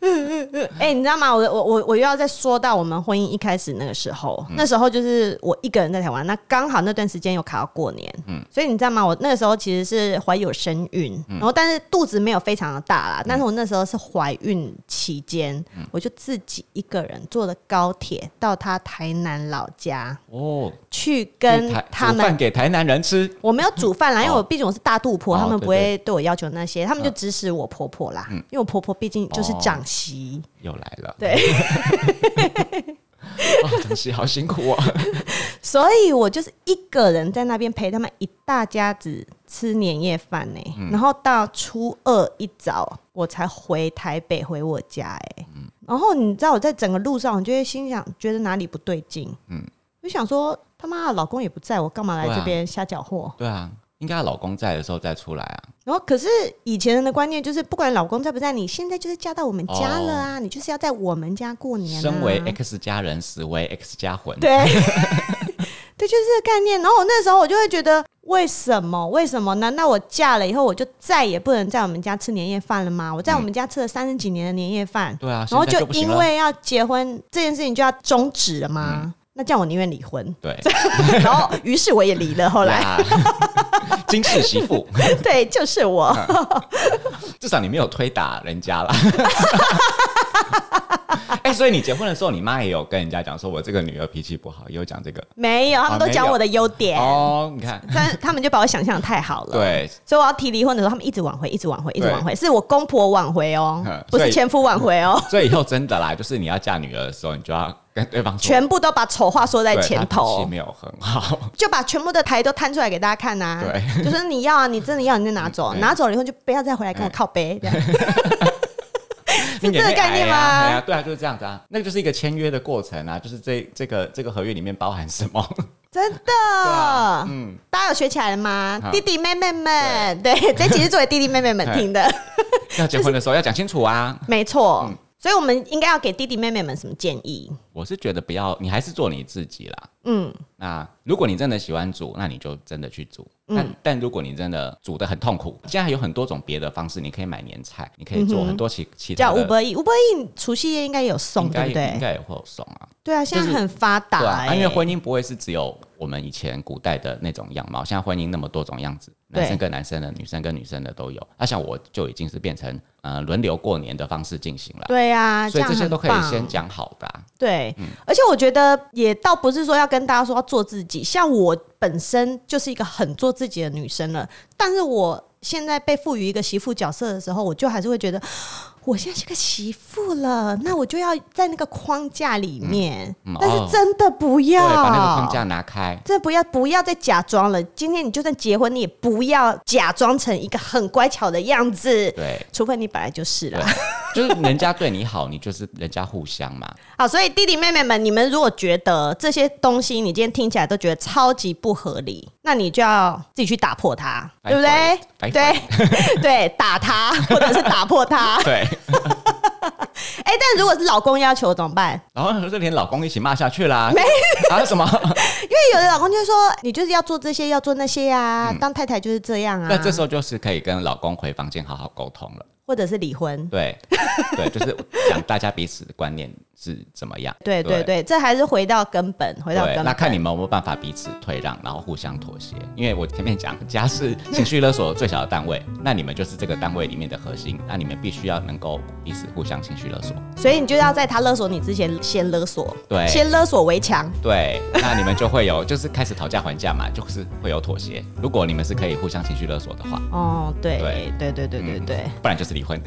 Speaker 1: 哎、你知道吗？我我我我又要再说到我们婚姻一开始那个时候，
Speaker 2: 嗯
Speaker 1: 那时候就是我一个人在台湾，那刚好那段时间有卡到过年，嗯，所以你知道吗？我那个时候其实是怀有身孕，
Speaker 2: 嗯
Speaker 1: 然后但是肚子没有非常的大啦，但是我那时候是怀孕期间，
Speaker 2: 嗯
Speaker 1: 我就自己一个人坐的高铁到他台南老家
Speaker 2: 哦，
Speaker 1: 去
Speaker 2: 去
Speaker 1: 跟
Speaker 2: 台
Speaker 1: 他
Speaker 2: 煮
Speaker 1: 们
Speaker 2: 饭给台南人吃，
Speaker 1: 我没有煮饭啦，因为我毕竟我是大肚婆，
Speaker 2: 哦
Speaker 1: 他们
Speaker 2: 对嗯
Speaker 1: 不会对我要求那些，他们就指使我婆婆啦，因为我婆婆毕竟就是长媳，
Speaker 2: 又来了。
Speaker 1: 对，
Speaker 2: 哇，真是好辛苦哦。
Speaker 1: 所以我就是一个人在那边陪他们一大家子吃年夜饭呢、
Speaker 2: 嗯
Speaker 1: 然后到初二一早我才回台北回我家哎、
Speaker 2: 嗯
Speaker 1: 然后你知道我在整个路上，我就会心想觉得哪里不对劲，嗯，就想说他妈的老公也不在我干嘛来
Speaker 2: 对啊
Speaker 1: 这边瞎搅和？
Speaker 2: 对啊，应该她老公在的时候再出来啊。
Speaker 1: 然后，可是以前人的观念就是，不管老公在不在你，现在就是嫁到我们家了啊，你就是要在我们家过年、啊。
Speaker 2: 哦身为 哎 X 家人，实为 X 家魂。
Speaker 1: 对， 对，就是这个概念。然后我那时候我就会觉得，为什么？为什么？难道我嫁了以后，我就再也不能在我们家吃年夜饭了吗？我在我们家吃了三十几年的年夜饭，
Speaker 2: 对啊，
Speaker 1: 然后
Speaker 2: 现在
Speaker 1: 就
Speaker 2: 不行
Speaker 1: 因
Speaker 2: 了，
Speaker 1: 为要结婚这件事情就要终止了吗？那这样我宁愿离婚
Speaker 2: 对，
Speaker 1: 然后于是我也离了。后 来，
Speaker 2: 呀金氏媳妇，
Speaker 1: 对，就是我。
Speaker 2: 嗯至少你没有推打人家啦。 哎、所以你结婚的时候，你妈也有跟人家讲说，我这个女儿脾气不好，也有讲这个
Speaker 1: 没有，他们
Speaker 2: 啊
Speaker 1: 都
Speaker 2: 没
Speaker 1: 讲
Speaker 2: 有
Speaker 1: 我的优点，
Speaker 2: 哦。你看，
Speaker 1: 但他们就把我想象的太好了。
Speaker 2: 对，
Speaker 1: 所以我要提离婚的时候，他们一直挽回，一直挽回，一直
Speaker 2: 对
Speaker 1: 挽回，是我公婆挽回哦
Speaker 2: 嗯，
Speaker 1: 不
Speaker 2: 所
Speaker 1: 是
Speaker 2: 以
Speaker 1: 前夫挽回哦，
Speaker 2: 所以以后真的啦，就是你要嫁女儿的时候，你就要跟对方说，
Speaker 1: 全部都把丑话说在
Speaker 2: 嗯对
Speaker 1: 前
Speaker 2: 她脾
Speaker 1: 头
Speaker 2: 气，没有很好，
Speaker 1: 就把全部的台都摊出来给大家看呐、
Speaker 2: 对
Speaker 1: 就说你要啊，你真的要，你就拿走，啊
Speaker 2: 嗯
Speaker 1: 拿走了以后就不要再回来跟我靠背，这样
Speaker 2: 是
Speaker 1: 这个概念吗
Speaker 2: 对啊，对啊，就是这样子啊，那个就是一个签约的过程啊，就是这这个这个合约里面包含什么？
Speaker 1: 真
Speaker 2: 啊
Speaker 1: 的。
Speaker 2: 嗯，
Speaker 1: 大家有学起来了吗？
Speaker 2: 好
Speaker 1: 弟弟妹妹们， 对，这集是作为弟弟妹 妹们听的，
Speaker 2: 要结婚的时候要讲清楚啊。
Speaker 1: 没错。所以我们应该要给弟弟妹妹们什么建议？
Speaker 2: 我是觉得不要，你还是做你自己啦。
Speaker 1: 嗯，
Speaker 2: 那如果你真的喜欢煮，那你就真的去煮。
Speaker 1: 嗯
Speaker 2: 但、但如果你真的煮的很痛苦，现在还有很多种别的方式，你可以买年菜，你可以做很多其、其他
Speaker 1: 嗯叫
Speaker 2: 的。
Speaker 1: 五百亿，五百亿除夕夜应该有
Speaker 2: 应
Speaker 1: 送，对
Speaker 2: 该
Speaker 1: 不
Speaker 2: 应
Speaker 1: 对？
Speaker 2: 该也会有送啊，
Speaker 1: 对啊，现在
Speaker 2: 就是
Speaker 1: 很发达、
Speaker 2: 对啊
Speaker 1: 欸
Speaker 2: 啊，因为婚姻不会是只有我们以前古代的那种样貌，现在婚姻那么多种样子，
Speaker 1: 对
Speaker 2: 男生跟男生的，女生跟女生的都有。那、像我就已经是变成呃轮流过年的方式进行了，
Speaker 1: 对呀、
Speaker 2: 所以这
Speaker 1: 啊样
Speaker 2: 些
Speaker 1: 很
Speaker 2: 都可以
Speaker 1: 棒
Speaker 2: 先讲好的、啊。
Speaker 1: 对，而且我觉得也倒不是说要跟大家说要做自己，像我本身就是一个很做自己的女生了，但是我现在被赋予一个媳妇角色的时候，我就还是会觉得我现在是个媳妇了，那我就要在那个框架里面，
Speaker 2: 嗯嗯
Speaker 1: 但
Speaker 2: 哦
Speaker 1: 是真的不
Speaker 2: 对，
Speaker 1: 要
Speaker 2: 把那个框架拿开，
Speaker 1: 真的不要不要再假装了。今天你就算结婚，你也不要假装成一个很乖巧的样子，
Speaker 2: 对。
Speaker 1: 除非你本来就是啦
Speaker 2: 对。，就是人家对你好，你就是人家互相嘛。
Speaker 1: 好，所以弟弟妹妹们，你们如果觉得这些东西你今天听起来都觉得超级不合理，那你就要自己去打破它，
Speaker 2: Fight
Speaker 1: 对不对？
Speaker 2: for it，fight
Speaker 1: 对 对，打它或者是打破 它。
Speaker 2: 对，
Speaker 1: 哎、但如果是老公要求怎么办？
Speaker 2: 然后就连老公一起骂下去啦。没啊什么？
Speaker 1: 因为有的老公就会说，你就是要做这些，
Speaker 2: 嗯
Speaker 1: 要做那些呀、啊，当太太就是这样啊。
Speaker 2: 那这时候就是可以跟老公回房间好好沟通了。
Speaker 1: 或者是离婚。
Speaker 2: 对对，就是讲大家彼此的观念是怎么样。
Speaker 1: 对对对，这还是回到根本，回到根
Speaker 2: 对，
Speaker 1: 本。
Speaker 2: 那看你们有没有办法彼此退让，然后互相妥协。因为我前面讲，家是情绪勒索最小的单位，那你们就是这个单位里面的核心，那你们必须要能够彼此互相情绪勒索。
Speaker 1: 所以你就要在他勒索你之前先勒索，
Speaker 2: 对
Speaker 1: 先勒索为强。
Speaker 2: 对，那你们就会有，就是开始讨价还价嘛，就是会有妥协。如果你们是可以互相情绪勒索的话，
Speaker 1: 哦，对
Speaker 2: 对嗯
Speaker 1: 对对对对对，
Speaker 2: 不然就是离婚。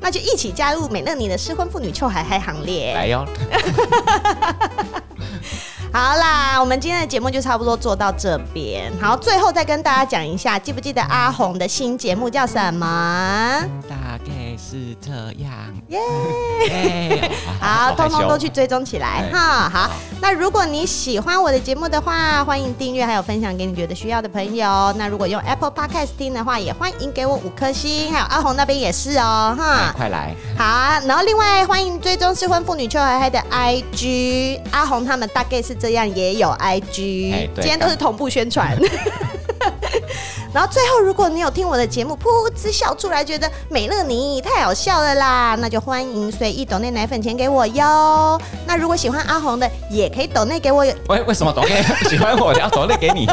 Speaker 1: 那就一起加入美乐你的失婚妇女臭海嗨行列。
Speaker 2: 来哟，
Speaker 1: 好啦，我们今天的节目就差不多做到这边。好，最后再跟大家讲一下，记不记得阿红的新节目叫什么？
Speaker 2: 大概是这样。
Speaker 1: 耶、
Speaker 2: 耶，
Speaker 1: 好，
Speaker 2: 害
Speaker 1: 通通
Speaker 2: 羞
Speaker 1: 都去追踪起来
Speaker 2: 哎
Speaker 1: 哈。好，那如果你喜欢我的节目的话，欢迎订阅，还有分享给你觉得需要的朋友。那如果用 Apple Podcast 听的话，也欢迎给我五颗星，还有阿红那边也是哦
Speaker 2: 哎
Speaker 1: 哈。
Speaker 2: 快来，
Speaker 1: 好啊，然后另外欢迎追踪失婚妇女邱海海的 IG，阿红他们大概是这样，也有 IG，、
Speaker 2: 哎
Speaker 1: 今
Speaker 2: 对
Speaker 1: 天都是同步宣 传。然后最后，如果你有听我的节目，噗嗤笑出来，觉得美乐你太好笑了啦，那就欢迎随意抖内奶粉钱给我哟。那如果喜欢阿红的，也可以抖内给我。
Speaker 2: 喂，为什么董内喜欢我，要董内给你？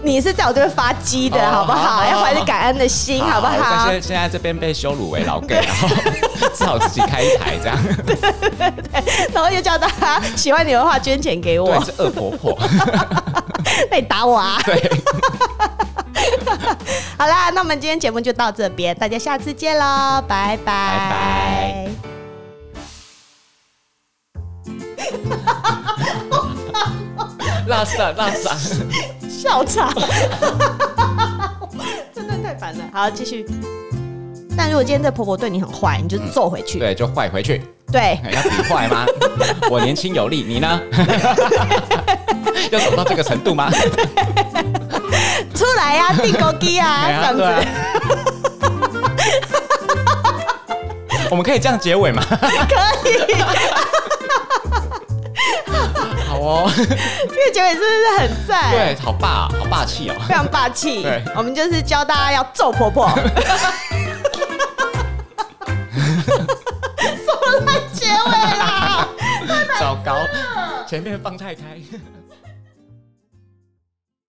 Speaker 1: 你是在我这边发鸡的
Speaker 2: 哦
Speaker 1: 好不
Speaker 2: 好
Speaker 1: 好？
Speaker 2: 好
Speaker 1: 要怀着感恩的心，好不
Speaker 2: 我
Speaker 1: 好
Speaker 2: 现？在现在这边被羞辱为老 gay，然后只好自己开一台这样。
Speaker 1: 然后又叫大家喜欢你的话捐钱给我
Speaker 2: 对，，是恶婆婆。
Speaker 1: 那你打我啊！
Speaker 2: 对，
Speaker 1: 好啦，那我们今天节目就到这边，大家下次见喽，拜拜。
Speaker 2: 拜拉萨拉萨。
Speaker 1: 笑场， 真的太烦了。好，继续。但如果今天这婆婆对你很坏，你就揍回去。
Speaker 2: 对，就坏回去。
Speaker 1: 嗯 对，
Speaker 2: 哎要比坏吗？我年轻有力，你呢？ 要走到这个程度吗？
Speaker 1: 出来呀、订狗机 啊，
Speaker 2: 哎
Speaker 1: 这
Speaker 2: 呀
Speaker 1: 样子。
Speaker 2: 对啊 我们可以这样结 尾吗？可以。 好哦，
Speaker 1: 这个结尾是不是很赞？，
Speaker 2: 对，好霸、好霸气哦。
Speaker 1: 非常霸气
Speaker 2: 对。
Speaker 1: 我们就是教大家要揍婆 婆。什么烂结尾啦！
Speaker 2: 糟糕，前面放太开。